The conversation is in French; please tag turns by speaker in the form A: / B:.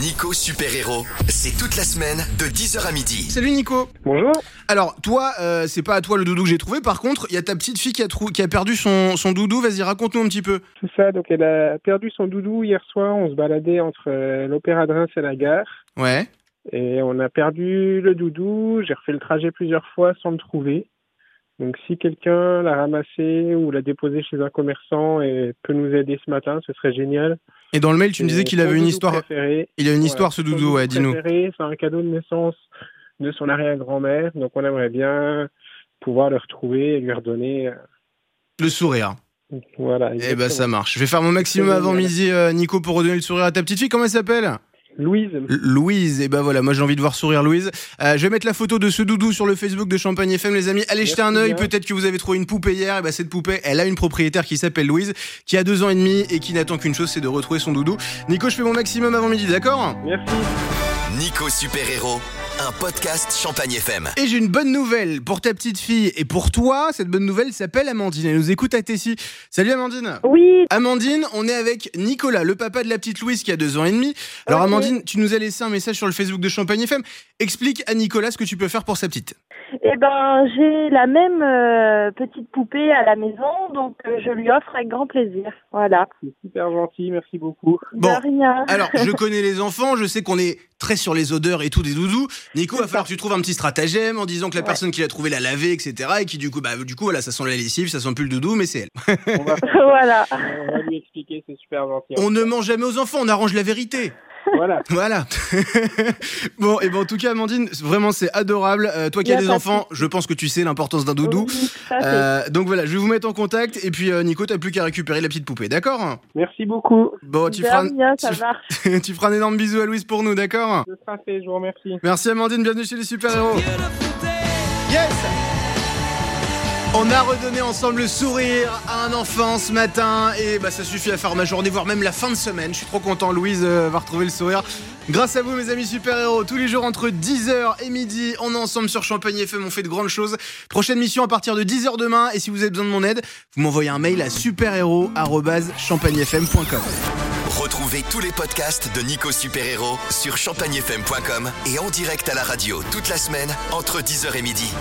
A: Nico Super Héros, c'est toute la semaine de 10h à midi.
B: Salut Nico.
C: Bonjour.
B: Alors toi, euh, c'est pas à toi le doudou que j'ai trouvé. Par contre, il y a ta petite fille qui a, trou- qui a perdu son, son doudou. Vas-y, raconte-nous un petit peu.
C: Tout ça, donc elle a perdu son doudou hier soir. On se baladait entre euh, l'Opéra de Reims et la gare.
B: Ouais.
C: Et on a perdu le doudou. J'ai refait le trajet plusieurs fois sans le trouver. Donc si quelqu'un l'a ramassé ou l'a déposé chez un commerçant et peut nous aider ce matin, ce serait génial.
B: Et dans le mail, tu me disais
C: Et
B: qu'il
C: Euh, son
B: avait une
C: doudou
B: histoire.
C: préféré.
B: Il a une
C: Ouais,
B: histoire ce
C: son
B: doudou, ouais, dis-nous.
C: préféré, C'est un cadeau de naissance de son arrière-grand-mère. Donc on aimerait bien pouvoir le retrouver et lui redonner. euh,
B: Le sourire.
C: Voilà.
B: Eh ben ça
C: exactement.
B: marche. Je vais faire mon maximum
C: Exactement.
B: avant midi, euh, Nico, pour redonner le sourire à ta petite fille. Comment elle s'appelle
C: Louise,
B: L- Louise. Eh ben voilà, moi j'ai envie de voir sourire Louise. Euh, je vais mettre la photo de ce doudou sur le Facebook de Champagne FM, les amis. Allez jeter un
C: Merci
B: œil.
C: bien.
B: Peut-être que vous avez trouvé une poupée hier. Et ben cette poupée, elle a une propriétaire qui s'appelle Louise, qui a deux ans et demi et qui n'attend qu'une chose, c'est de retrouver son doudou. Nico, je fais mon maximum avant midi, d'accord
C: merci.
A: Nico Super Héros, un podcast Champagne FM.
B: Et j'ai une bonne nouvelle pour ta petite fille et pour toi. Cette bonne nouvelle s'appelle Amandine. Elle nous écoute à Tessie. Salut Amandine.
D: Oui,
B: Amandine, on est avec Nicolas, le papa de la petite Louise qui a deux ans et demi. Alors
D: Ouais,
B: Amandine, tu nous as laissé un message sur le Facebook de Champagne FM. Explique à Nicolas ce que tu peux faire pour sa petite.
D: eh ben j'ai la même euh, petite poupée à la maison, donc euh, je lui offre avec grand plaisir. Voilà.
C: C'est super gentil. Merci beaucoup.
B: Bon. Ah.
D: De rien.
B: Alors, je connais les enfants, je sais qu'on est très sur les odeurs et tout des doudous. Nico, va falloir que tu trouves un petit stratagème en disant que la
D: Ouais.
B: personne qui l'a trouvé l'a lavé, etc. Et qui du coup, bah, du coup, voilà, ça sent la lessive, ça sent plus le doudou, mais c'est elle.
C: On va,
D: voilà.
C: on va lui expliquer. C'est super gentil.
B: On ne ment jamais aux enfants, on arrange la vérité.
C: Voilà.
B: Voilà. bon, et ben en tout cas, Amandine, vraiment, c'est adorable. Euh, toi qui
D: Y
B: as
D: a
B: des
D: pas de
B: enfants, je pense que tu sais l'importance d'un doudou.
D: Oui, tout à fait.
B: Euh, donc voilà, je vais vous mettre en contact. Et puis, euh, Nico, t'as plus qu'à récupérer la petite poupée, d'accord
C: Merci beaucoup.
B: Bon, tu
D: De
B: feras,
D: rien, ça
B: tu-
D: marche.
B: un, tu feras un énorme bisou à Louise pour nous, d'accord
C: Ce sera fait. Je vous remercie.
B: Merci Amandine, bienvenue chez les super-héros. Yes on a redonné ensemble le sourire à un enfant ce matin et bah ça suffit à faire ma journée, voire même la fin de semaine. Je suis trop content, Louise euh, va retrouver le sourire. Grâce à vous mes amis super-héros, tous les jours entre 10h et midi, on est ensemble sur Champagne FM, on fait de grandes choses. Prochaine mission à partir de 10h demain et si vous avez besoin de mon aide, vous m'envoyez un mail à superhéros.champagnefm.com.
A: Retrouvez tous les podcasts de Nico Super Héros sur champagnefm.com et en direct à la radio toute la semaine entre 10h et midi.